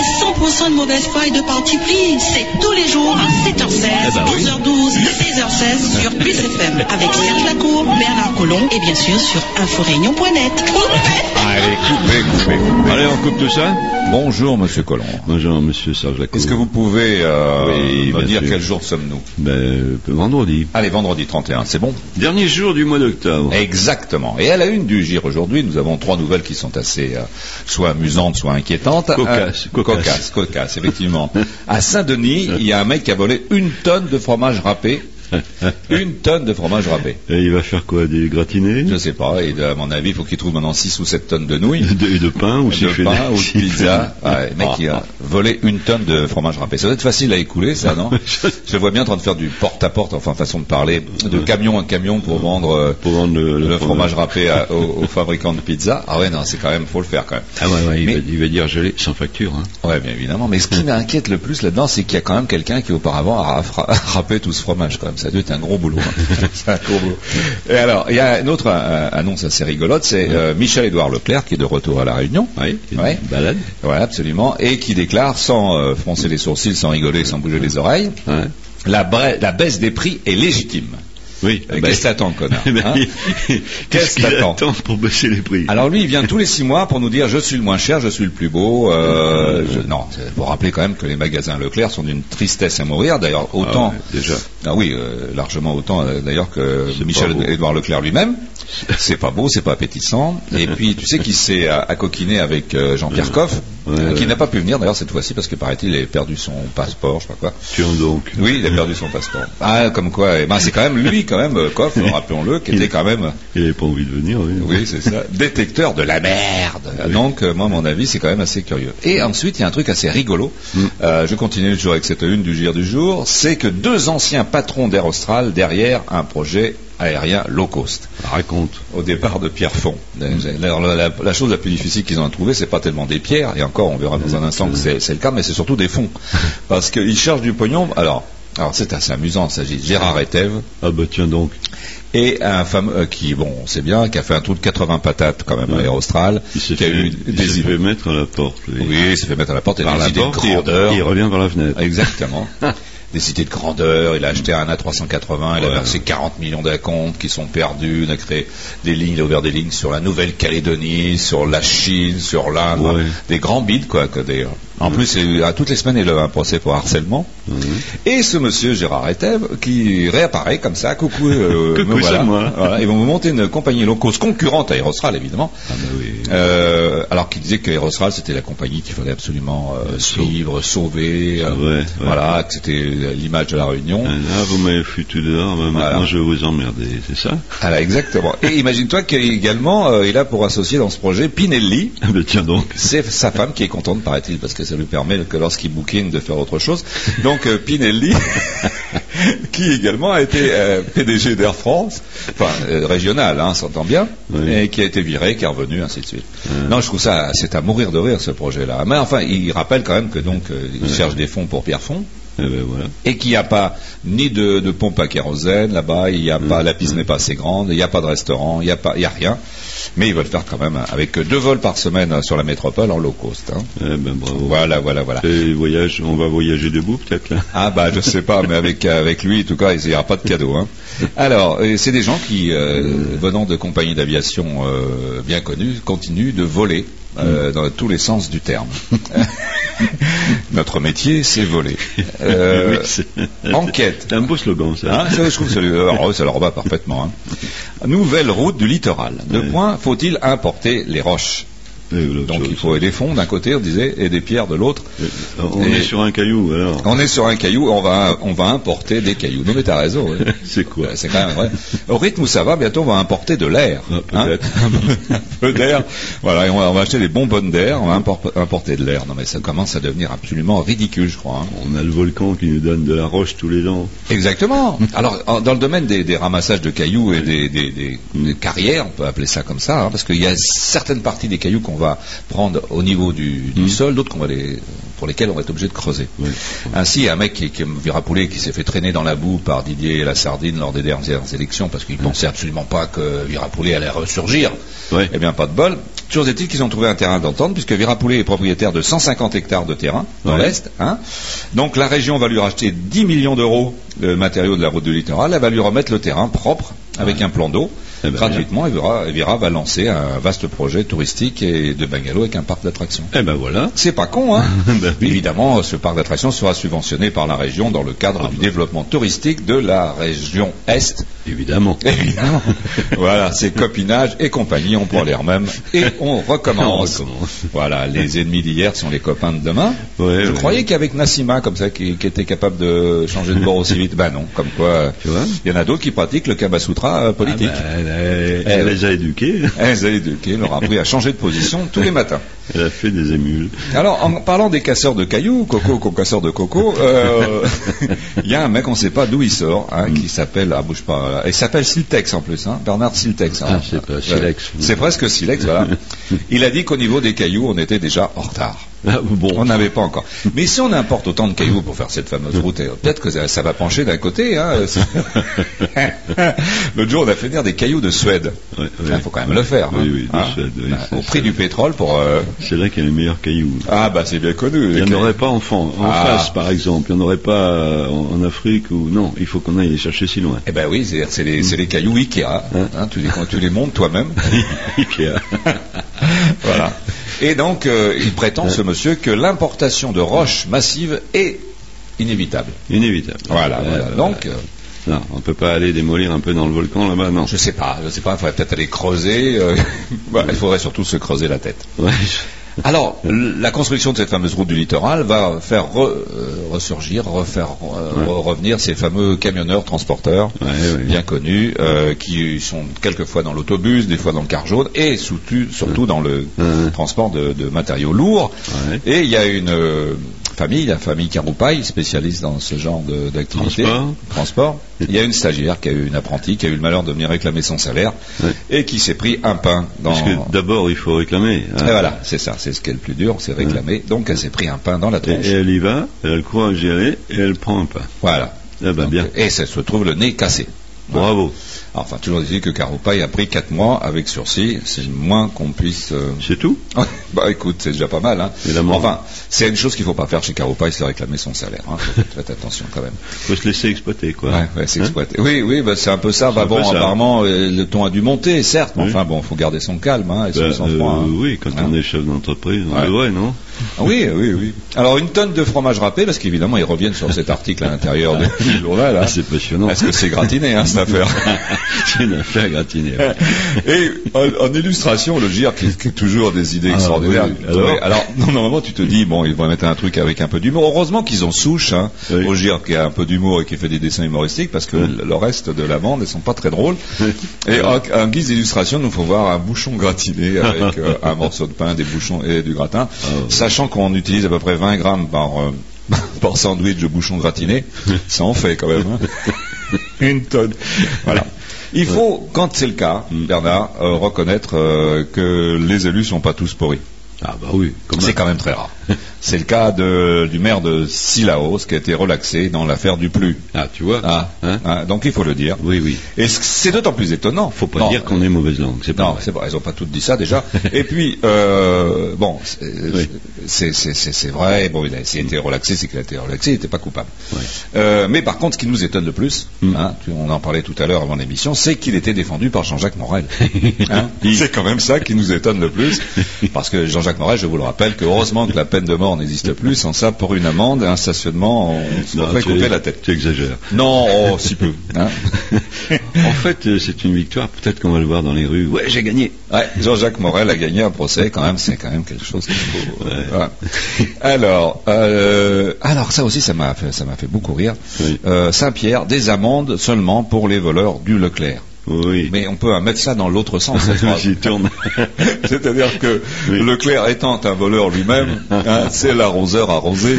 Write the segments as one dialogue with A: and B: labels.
A: 100% de mauvaise foi et de parti pris. C'est tous les jours à 7h16,
B: Eh ben oui.
A: 11h12 et 16h16 sur Plus FM avec Serge Lacour, Bernard Collomb et bien sûr sur inforéunion.net.
C: Allez, coupez, coupez, coupez. Allez, on coupe tout ça Bonjour, Monsieur Colomb.
D: Bonjour, monsieur Serge Lacour.
C: Est-ce que vous pouvez euh,
D: Oui,
C: me
D: bien
C: dire
D: sûr.
C: quel jour sommes-nous
D: Ben, euh, vendredi.
C: Allez, vendredi 31, c'est bon
D: Dernier jour du mois d'octobre.
C: Exactement. Et à la une du GIR aujourd'hui, nous avons trois nouvelles qui sont assez, euh, soit amusantes, soit inquiétantes.
D: Cocasse,
C: Euh,
D: cocasse.
C: cocasse, cocasse, effectivement. à Saint-Denis, il y a un mec qui a volé une tonne de fromage râpé. Une tonne de fromage râpé.
D: Et il va faire quoi Des gratinés
C: Je sais pas, et à mon avis, il faut qu'il trouve maintenant 6 ou 7 tonnes de nouilles.
D: de, et de pain ou s'il
C: de
D: fait
C: pain
D: des- Ah,
C: ou de
D: s'il
C: pizza. Ah
D: fait-
C: Ouais, euh, le mec, il a volé une tonne de fromage râpé. Ça doit être facile à écouler, ça, non Je le vois bien en train de faire du porte-à-porte, enfin, façon de parler, de camion en camion pour vendre, euh,
D: Pour vendre le- le
C: le fromage râpé à- aux, aux fabricants de pizza. Ah ouais, non, c'est quand même, faut le faire quand même.
D: Ah ouais, ouais, il,
C: Mais-
D: va, il va dire gelé sans facture. Hein.
C: Ouais, bien évidemment. Mais ce qui m'inquiète le plus là-dedans, c'est qu'il y a quand même quelqu'un qui auparavant a fra- a râpé tout ce fromage. Quand même, ça doit être un gros boulot. hein. c'est un gros boulot. Et alors, il y a une autre euh, annonce assez rigolote, c'est euh, Michel-Édouard Leclerc qui est de retour à la Réunion.
D: Oui,
C: Ouais.
D: balade.
C: Ouais, absolument. Et qui déclare, sans euh, froncer les sourcils, sans rigoler, sans bouger les oreilles,
D: Ouais.
C: la, bra- la baisse des prix est légitime.
D: Oui.
C: Euh, Qu'est-ce que t'attends, connard
D: Eh ben,
C: hein
D: Qu'est-ce qu'il
C: t'attends
D: attend pour baisser les prix
C: Alors lui, il vient tous les six mois pour nous dire je suis le moins cher, je suis le plus beau. Euh, je- Non, il faut rappeler quand même que les magasins Leclerc sont d'une tristesse à mourir. D'ailleurs,
D: Ah
C: autant...
D: ouais, déjà.
C: Ah oui, euh, largement autant euh, d'ailleurs que
D: C'est pas beau.
C: Michel-Édouard Leclerc lui-même. C'est pas beau, c'est pas appétissant. Et puis, tu sais qui s'est euh, accoquiné avec euh, Jean-Pierre Coff,
D: Ouais,
C: euh, qui
D: ouais.
C: n'a pas pu venir d'ailleurs cette fois-ci parce que paraît-il, il a perdu son passeport, je sais pas quoi.
D: Tiens donc.
C: Oui, il a perdu son passeport. Ah, comme quoi, eh ben, c'est quand même lui, quand même, euh, Coff, rappelons-le, qui était quand même
D: Il n'avait pas envie de venir. Oui.
C: oui, c'est ça. Détecteur de la merde. Donc, euh, moi, à mon avis, c'est quand même assez curieux. Et ensuite, il y a un truc assez rigolo. Euh, je continue toujours avec cette une du gire du jour. C'est que deux anciens patrons d'Air Austral derrière un projet aérien low cost
D: Raconte.
C: au départ de pierre fond. Alors, la, la- la chose la plus difficile qu'ils ont trouvée, c'est pas tellement des pierres, et encore, on verra dans un instant que c'est c'est le cas, mais c'est surtout des fonds. Parce qu'ils cherchent du pognon. Alors, alors c'est assez amusant, il s'agit de Gérard Etève,
D: Ah bah tiens donc.
C: et un fameux euh, qui, bon, on sait bien, qui a fait un trou de 80 patates quand même à Air Austral,
D: Il s'est
C: qui a
D: fait,
C: eu
D: il s'est
C: des idées.
D: fait mettre à la porte. lui.
C: Oui, il s'est fait mettre à la porte et
D: Par
C: des
D: la
C: idées de
D: porte, il,
C: grandeur. Ah,
D: il revient par la fenêtre.
C: Exactement. Des idées de grandeur, il a acheté un A380, il a versé 40 millions d'acomptes qui sont perdus, il a créé des lignes, il a ouvert des lignes sur la Nouvelle-Calédonie, sur la Chine, sur l'Inde, hein.
D: Ouais. Mm.
C: des grands bides quoi. que des- En plus, il- à toutes les semaines, il a un procès pour harcèlement. Et ce monsieur Gérard Etève qui réapparaît comme ça, coucou, euh,
D: Coucou,
C: me voilà.
D: c'est moi.
C: Voilà, Ils vont vous monter une compagnie low cost concurrente à Aerostral, évidemment.
D: Ah bah oui.
C: Euh, alors qu'il disait que Aerostral c'était la compagnie qu'il fallait absolument euh, suivre, sauver, euh,
D: Ah Ouais, ouais.
C: voilà, que c'était euh, l'image de la Réunion.
D: Là, Ah, vous m'avez foutu dehors, bah, maintenant
C: Voilà.
D: je vais vous emmerder, c'est ça
C: Voilà, Ah, exactement. Et imagine-toi qu'également euh, il a pour associer dans ce projet Pinelli.
D: Ah bah tiens donc.
C: C'est sa femme qui est contente, paraît-il, parce que ça lui permet, que lorsqu'il bouquine, de faire autre chose. Donc euh, Pinelli, qui également a été euh, PDG d'Air France, enfin euh, régional, hein, on s'entend bien,
D: Oui.
C: et qui a été viré, qui est revenu, ainsi de suite. Non, je trouve ça, c'est à mourir de rire ce projet-là. Mais enfin, il rappelle quand même que donc euh, il cherche des fonds pour Pierrefonds
D: Eh ben voilà.
C: et qu'il n'y a pas ni de, de pompe à kérosène là-bas, il n'y a
D: Mm.
C: pas, la piste n'est pas assez grande, il n'y a pas de restaurant, il n'y a pas, il n'y a rien. Mais ils veulent faire quand même avec deux vols par semaine sur la métropole en low cost. hein.
D: Eh ben bravo.
C: Voilà, voilà, voilà.
D: Et voyage, on va voyager debout peut-être là.
C: Ah bah je sais pas, mais avec avec lui, en tout cas, il n'y aura pas de cadeau. Hein. Alors, euh, c'est des gens qui, euh, venant de compagnies d'aviation euh, bien connues, continuent de voler euh,
D: Mm.
C: dans tous les sens du terme. Notre métier, c'est voler. Euh,
D: Oui, c'est-
C: enquête.
D: C'est un beau slogan ça.
C: Hein, ça, je trouve que ça, lui- alors, ouais, ça leur va parfaitement. hein. Nouvelle route du littoral. De
D: Ouais.
C: point, faut-il importer les roches
D: Eh, l'autre
C: Donc
D: chose.
C: il faut des fonds d'un côté, on disait, et des pierres de l'autre.
D: Eh, On
C: Et-
D: est sur un caillou alors.
C: On est sur un caillou, on va, on va importer des cailloux. Non mais t'as raison. ouais.
D: C'est quoi
C: Euh, C'est quand même vrai. Au rythme où ça va, bientôt on va importer de l'air. hein.
D: Ah, peut-être.
C: un peu d'air. Voilà, et on va, on va acheter des bonbonnes d'air, on va impor- importer de l'air. Non mais ça commence à devenir absolument ridicule, je crois. hein.
D: On a le volcan qui nous donne de la roche tous les ans.
C: Exactement. Alors, en- dans le domaine des, des ramassages de cailloux et des, des- des- des carrières, on peut appeler ça comme ça, hein, parce qu'il y a certaines parties des cailloux qu'on va prendre au niveau du, du sol, d'autres qu'on va les, pour lesquelles on va être obligé de creuser.
D: Oui.
C: Ainsi, il y a un mec qui, qui Virapoulet, qui s'est fait traîner dans la boue par Didier la Sardine lors des dernières élections, parce qu'il pensait absolument pas que Virapoulet allait ressurgir.
D: Ouais.
C: Eh bien, pas de bol. Toujours est-il qu'ils ont trouvé un terrain d'entente, puisque Virapoulet est propriétaire de 150 hectares de terrain dans
D: Ouais.
C: l'Est. hein. Donc la région va lui racheter 10 millions d'euros de matériaux de la route du littoral. Elle va lui remettre le terrain propre avec un plan d'eau.
D: Eh ben,
C: gratuitement, Evira, Evira va lancer un vaste projet touristique et de bungalow avec un parc d'attractions.
D: Eh ben voilà.
C: C'est pas con, hein
D: Ben oui.
C: Évidemment, ce parc d'attractions sera subventionné par la région dans le
D: Ah
C: cadre
D: ben.
C: du développement touristique de la région Est.
D: Évidemment. Ah
C: Évidemment. voilà, c'est copinage et compagnie, on prend l'air même et on recommence.
D: On recommence.
C: Voilà, les ennemis d'hier sont les copains de demain.
D: Ouais,
C: Je
D: ouais.
C: croyais qu'avec Nassima, comme ça, qui, qui était capable de changer de bord aussi vite, ben non, comme quoi, euh,
D: Tu vois
C: il y en a d'autres qui pratiquent le Kamasutra euh,
D: Ah
C: politique.
D: ben, elle, elle-
C: Eh
D: elle les a éduqués. hein.
C: Elles éduquées leur a appris à changer de position tous les matins.
D: Elle a fait des émules.
C: Alors, en parlant des casseurs de cailloux, coco, coco, casseur de coco, euh, il y a un mec, on ne sait pas d'où il sort, hein,
D: Mm.
C: qui s'appelle, ah, bouge pas, euh, il s'appelle Siltex en plus, hein, Bernard Siltex. hein.
D: Ah, c'est pas Silex.
C: C'est presque Silex, voilà. Il a dit qu'au niveau des cailloux, on était déjà en retard.
D: Ah, bon.
C: On n'avait pas encore. Mais si on importe autant de cailloux pour faire cette
D: Mm.
C: fameuse route, euh, peut-être que ça, ça va pencher d'un côté. Hein. L'autre jour, on a fait venir des cailloux de Suède. Il
D: Ouais, ouais.
C: Ah, faut quand même le faire.
D: Oui, oui, de
C: Hein.
D: Suède, oui, c'est
C: Au prix
D: ça.
C: du pétrole pour... euh,
D: C'est là qu'il y a les meilleurs cailloux.
C: Ah bah c'est bien connu.
D: Il
C: Les
D: n'y en
C: cailloux.
D: aurait pas en, Fran- en
C: Ah.
D: face, par exemple. Il n'y en aurait pas euh, en, en Afrique ou non. Il faut qu'on aille les chercher si loin.
C: Eh ben oui, c'est- c'est les, c'est les cailloux Ikea. hein, tu, les, tu les montes toi-même.
D: Ikea.
C: voilà. Et donc, euh, il prétend,
D: Hein.
C: ce monsieur, que l'importation de roches massives est inévitable.
D: Inévitable.
C: Voilà.
D: Euh,
C: voilà. Donc, euh,
D: Non, on peut pas aller démolir un peu dans le volcan là-bas, non.
C: je sais pas, je sais pas, il faudrait peut-être aller creuser. euh, voilà, il faudrait surtout se creuser la tête.
D: Ouais.
C: Alors, l- la construction de cette fameuse route du littoral va faire re- euh, ressurgir, refaire euh,
D: Ouais.
C: re- revenir ces fameux camionneurs transporteurs
D: Ouais, ouais.
C: bien connus euh, qui sont quelquefois dans l'autobus, des fois dans le car jaune et surtout, surtout dans le
D: Ouais.
C: transport de, de matériaux lourds.
D: Ouais.
C: Et il y a une euh, famille, la famille Caroupaille, spécialiste dans ce genre de- d'activité.
D: Transport.
C: Transport. Il y a une stagiaire qui a eu une apprentie qui a eu le malheur de venir réclamer son salaire
D: Ouais.
C: et qui s'est pris un pain dans,
D: Parce que d'abord, il faut réclamer. hein.
C: et voilà, c'est ça, c'est ce qui est le plus dur, c'est réclamer. Donc elle s'est pris un pain dans la
D: Et,
C: tronche.
D: Mm. et elle y va, elle a le courage d'y aller, et elle prend un pas.
C: Voilà.
D: Ah bah
C: Donc,
D: bien.
C: Et ça se trouve le nez cassé.
D: Bravo.
C: Enfin, toujours dit que Caroupaille a pris 4 mois avec sursis, c'est le moins qu'on puisse. euh,
D: C'est tout
C: bah écoute, c'est déjà pas mal. Hein.
D: Et la mort.
C: Enfin, c'est une chose qu'il faut pas faire chez Caroupaille, c'est réclamer son salaire. Hein. Faut- Faites attention quand même.
D: faut se laisser exploiter, quoi.
C: Ouais, ouais, c'est exploité. oui, oui, bah, c'est un peu ça. Bah,
D: Hein un peu
C: bon,
D: ça.
C: apparemment, euh, le ton a dû monter, certes. mais
D: Oui.
C: Enfin, bon, faut garder son calme hein, et
D: Bah,
C: son sang-froid.
D: euh,
C: hein.
D: oui, quand
C: Hein.
D: on est chef d'entreprise, on
C: Ouais.
D: devrait, non
C: Ah Oui, oui, oui. Alors une tonne de fromage râpé, parce qu'évidemment ils reviennent sur cet article à l'intérieur de- du journal.
D: Ah,
C: hein.
D: C'est passionnant.
C: Parce que c'est gratiné, hein, cette affaire.
D: C'est une affaire gratinée. ouais.
C: Et en, en illustration, le GIR qui, qui a toujours des idées
D: Ah,
C: extraordinaires.
D: oui, alors
C: Ouais, alors, non, normalement, tu te dis, bon, ils vont mettre un truc avec un peu d'humour. Heureusement qu'ils ont souche, hein,
D: Oui.
C: au GIR qui a un peu d'humour et qui fait des dessins humoristiques, parce que
D: Oui.
C: le- le reste de la bande, ils sont pas très drôles.
D: Oui.
C: Et en, en guise d'illustration, nous faut voir un bouchon gratiné avec euh, un morceau de pain, des bouchons et du gratin,
D: ouais.
C: sachant qu'on utilise à peu près 20 grammes par, euh, par sandwich de bouchon gratiné. Ça en fait quand même. hein. Une tonne. Voilà. Il faut, quand c'est le cas, Bernard, euh, reconnaître euh, que les élus sont pas tous pourris.
D: Ah bah oui, quand même.
C: C'est quand même très rare. C'est le cas de- du maire de Sillaos qui a été relaxé dans l'affaire du plus.
D: Ah, tu vois
C: Ah,
D: Hein
C: hein, donc il faut le dire.
D: Oui, oui.
C: Et c- c'est d'autant plus étonnant.
D: Faut pas
C: Non,
D: dire qu'on est mauvaise langue, c'est pas
C: non,
D: vrai.
C: c'est vrai, elles n'ont pas toutes dit ça déjà. Et puis, euh, bon, c'est
D: Oui.
C: c'est- c'est- c'est- c'est vrai, bon, il a, s'il a été relaxé, c'est qu'il a été relaxé, il n'était pas coupable.
D: Ouais.
C: Euh, mais par contre, ce qui nous étonne le plus,
D: Mm.
C: hein, tu- on en parlait tout à l'heure avant l'émission, c'est qu'il était défendu par Jean-Jacques Morel. Hein c'est quand même ça qui nous étonne le plus, parce que Jean-Jacques Morel, je vous le rappelle, que heureusement que la peine de mort n'existe plus, sans ça, pour une amende, un stationnement, on se
D: Non,
C: ferait
D: tu-
C: couper la tête.
D: Tu exagères.
C: Non, oh, si peu. hein.
D: en fait, euh, c'est une victoire. Peut-être qu'on va le voir dans les rues. Ouais, j'ai gagné.
C: Ouais, Jean-Jacques Morel a gagné un procès quand même, c'est quand même quelque chose qu'il faut. euh, ouais. Alors, euh, alors ça aussi, ça m'a fait, ça m'a fait beaucoup rire.
D: Oui.
C: Euh, Saint-Pierre, des amendes seulement pour les voleurs du Leclerc.
D: Oui.
C: Mais on peut mettre ça dans l'autre sens. cette phrase.
D: J'y tourne.
C: C'est-à-dire que
D: Oui.
C: Leclerc étant un voleur lui-même, hein, c'est l'arroseur arrosé.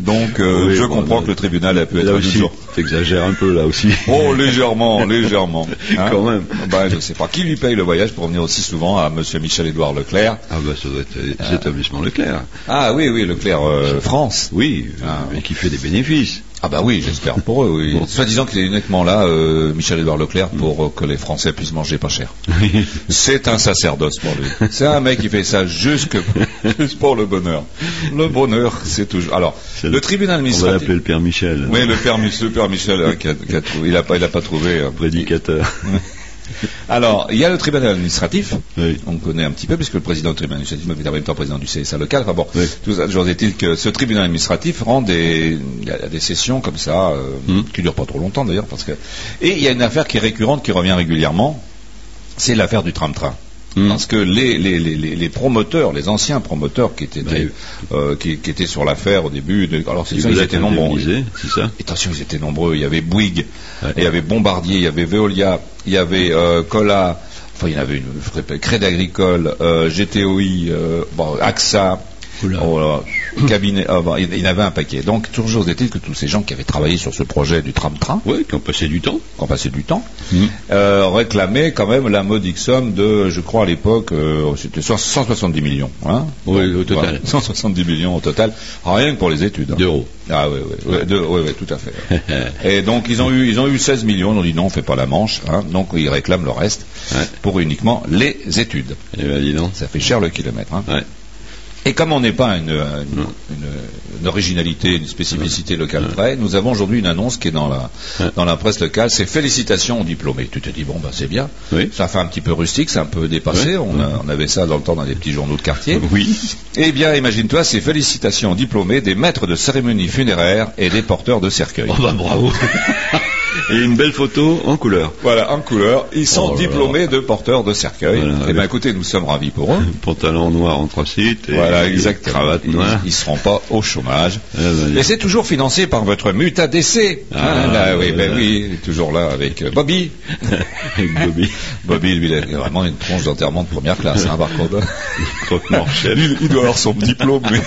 C: Donc, euh,
D: Oui,
C: je
D: bon,
C: comprends
D: là-
C: que le tribunal a pu être
D: Là
C: un
D: aussi,
C: jour.
D: t'exagères un peu là aussi.
C: Oh, légèrement, légèrement.
D: Quand même.
C: Ben, je sais pas. Qui lui paye le voyage pour venir aussi souvent à Monsieur Michel-Édouard Leclerc
D: Ah bah ça doit être euh, les établissements Leclerc.
C: Ah oui, oui, Leclerc euh, France.
D: Oui, euh,
C: Ah.
D: mais qui fait des bénéfices.
C: Ah bah oui, j'espère pour eux. Oui. Soit disant qu'il est uniquement là, euh, Michel-Édouard Leclerc, pour euh, que les Français puissent manger pas cher. C'est un sacerdoce pour lui. C'est un mec qui fait ça jusque juste pour le bonheur. Le bonheur, c'est toujours. Alors,
D: C'est
C: le
D: le-
C: tribunal
D: On va l'appeler
C: administratif.
D: le Père Michel,
C: Oui, le père, Mich- le père Michel, hein, qui a- qui a trouvé- il n'a pas, il a pas trouvé. euh.
D: prédicateur.
C: Alors, il y a le tribunal administratif. euh,
D: Oui.
C: On connaît un petit peu, puisque le président du tribunal administratif est en même temps président du CSA local. Enfin bon,
D: Oui.
C: tout ça, toujours est-il que ce tribunal administratif rend des, il y a des sessions comme ça, euh,
D: Mhm.
C: qui durent pas trop longtemps d'ailleurs, parce que... Et il y a une affaire qui est récurrente, qui revient régulièrement, c'est l'affaire du tram-train.
D: Mhm.
C: Parce que les, les, les, les- les promoteurs, les anciens promoteurs qui étaient,
D: Bah oui.
C: euh, qui, qui étaient sur l'affaire au début, de- alors c'est
D: Il
C: sûr,
D: vous
C: ils
D: a
C: étaient nombreux.
D: indemnisé, c'est ça
C: Et attention, ils étaient nombreux. Il y avait Bouygues,
D: Ouais.
C: il y avait Bombardier, il y avait Veolia, il y avait euh, Cola, enfin il y en avait une, je répète, Crédit Agricole, euh, GTOI, euh, bon, AXA,
D: Oula.
C: oh là, cabinet, ah, bon, il il y en avait un paquet. Donc toujours est-il que tous ces gens qui avaient travaillé sur ce projet du tram-train,
D: Oui, qui ont passé du temps.
C: qui ont passé du temps, euh, réclamaient quand même la modique somme de, je crois à l'époque, euh, c'était 170 millions. Hein
D: Oui, au total.
C: 170 millions au total, rien que pour les études. hein.
D: D'euros.
C: Ah oui, oui, oui, de- oui, oui, tout à fait. Et donc ils ont eu ils ont eu 16 millions, ils ont dit non, on fait pas la manche, hein. donc ils réclament le reste
D: Ouais.
C: pour uniquement les études.
D: Eh ben, dis donc.
C: Ça fait cher le kilomètre. hein.
D: Ouais.
C: Et comme on n'est pas une, une-
D: Non.
C: une- une originalité, une spécificité locale près, nous avons aujourd'hui une annonce qui est dans la,
D: Ouais.
C: dans la presse locale, c'est félicitations aux diplômés. Tu te dis, bon, ben, c'est bien.
D: Oui.
C: Ça fait un petit peu rustique, c'est un peu dépassé.
D: Ouais.
C: On, a- on avait ça dans le temps dans des petits journaux de quartier.
D: Oui.
C: Eh bien, imagine-toi ces félicitations aux diplômés des maîtres de cérémonies funéraires et des porteurs de cercueils.
D: Oh bah bravo. Et une belle photo en couleur.
C: Voilà, en couleur. Ils sont
D: Oh là là.
C: diplômés de porteurs de cercueils.
D: Voilà,
C: eh bien,
D: avec-
C: écoutez, nous sommes ravis pour eux.
D: Pantalon noir anthracite et
C: Voilà,
D: et
C: exactement.
D: cravate
C: Ils-
D: noire.
C: Ils ne seront pas au chômage.
D: Ah, bah,
C: Mais c'est toujours financé par votre muta d'essai.
D: Ah,
C: Ah, là, oui,
D: voilà.
C: ben oui, il est toujours là avec euh, Bobby.
D: Avec Bobby.
C: Bobby, lui, il a vraiment une tronche d'enterrement de première classe, hein, par contre.
D: Croque-morchel.
C: Il, il doit avoir son diplôme, mais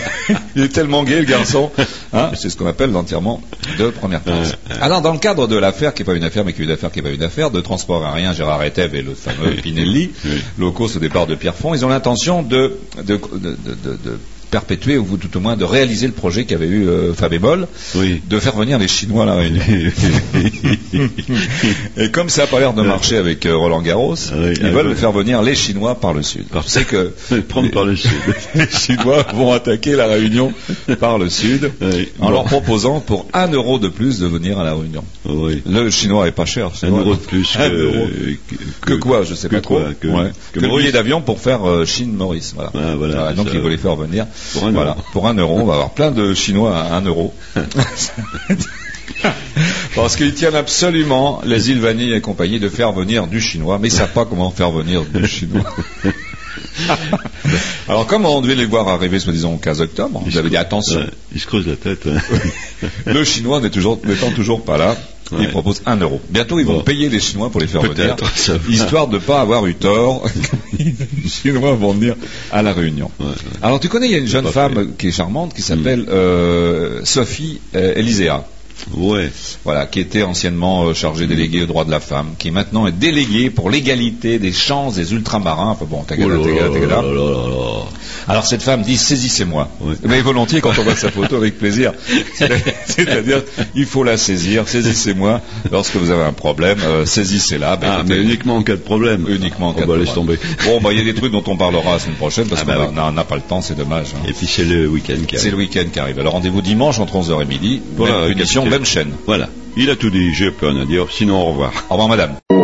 C: il est tellement gai, le garçon. Hein, c'est ce qu'on appelle l'enterrement de première classe. Alors, dans le cadre de l'affaire, qui n'est pas une affaire, mais qui est une affaire, qui n'est pas une affaire, de transport aérien, Gérard Etève et le fameux Pinelli,
D: Oui.
C: low cost au départ de Pierrefonds, ils ont l'intention de, de, de- de- de perpétuer, ou tout au moins de réaliser le projet qu'avait eu euh, Fabébol,
D: Oui.
C: de faire venir les Chinois à la Réunion. Et comme ça n'a pas l'air de marcher avec euh, Roland Garros,
D: Ah oui,
C: ils
D: ah
C: veulent
D: oui.
C: faire venir les Chinois par le sud.
D: Par-
C: C'est que
D: Prendre par le sud.
C: les Chinois vont attaquer la Réunion par le sud
D: Oui.
C: en leur proposant pour un euro de plus de venir à la Réunion.
D: Oui.
C: Le chinois est pas cher. c'est
D: Un
C: vrai.
D: euro de plus
C: Un
D: que,
C: euro. Que quoi, je sais
D: que
C: pas trop.
D: quoi, que,
C: Ouais.
D: que
C: Que le
D: Maurice.
C: billet d'avion pour faire euh, Chine-Maurice. Voilà.
D: Ah, voilà,
C: Ah, donc
D: ça-
C: ils voulaient faire venir.
D: Pour un
C: voilà.
D: euro.
C: Pour un euro, on va avoir plein de Chinois à un euro. Parce qu'ils tiennent absolument les îles Vanille et compagnie de faire venir du chinois, mais ils savent pas comment faire venir du chinois. Alors, comme on devait les voir arriver, soi-disant, au 15 octobre, vous avez dit attention,
D: Ouais, il se creuse la tête. hein.
C: le chinois n'est toujours, n'étant toujours pas là.
D: Ouais.
C: Il propose un euro. Bientôt, ils vont
D: Bon.
C: payer les Chinois pour les faire venir,
D: Peut-être, ça va.
C: histoire de ne pas avoir eu tort. les Chinois vont venir à la Réunion.
D: Ouais, ouais.
C: Alors, tu connais, il y a une jeune
D: pas Mm.
C: femme qui est charmante, qui s'appelle euh, Sophie euh, Elisea,
D: Ouais.
C: voilà, qui était anciennement euh, chargée déléguée aux droits de la femme, qui maintenant est déléguée pour l'égalité des chances des ultramarins. Enfin bon,
D: Oh
C: tagada,
D: là
C: tagada,
D: là là
C: tagada.
D: là là là.
C: Alors cette femme dit saisissez-moi.
D: Oui.
C: Mais volontiers quand on voit sa photo avec plaisir. C'est- C'est-à-dire il faut la saisir, saisissez-moi lorsque vous avez un problème, euh, saisissez-la. Ben,
D: Ah, mais
C: écoutez,
D: uniquement en cas de problème.
C: uniquement en
D: Oh,
C: cas de
D: bah, laisse
C: problème.
D: tomber.
C: Bon bah il y a des trucs dont on parlera la semaine prochaine parce
D: Ah, bah,
C: qu'on a-
D: oui.
C: n'a- n'a pas le temps, c'est dommage. hein.
D: Et puis c'est le week-end qui
C: C'est
D: arrive.
C: le week-end qui arrive. Alors rendez-vous dimanche entre 11h et midi. Même
D: Voilà,
C: punition,
D: capitaine.
C: même chaîne.
D: Voilà. Il a tout dit, j'ai plus rien à dire. Sinon, au revoir.
C: Au revoir madame.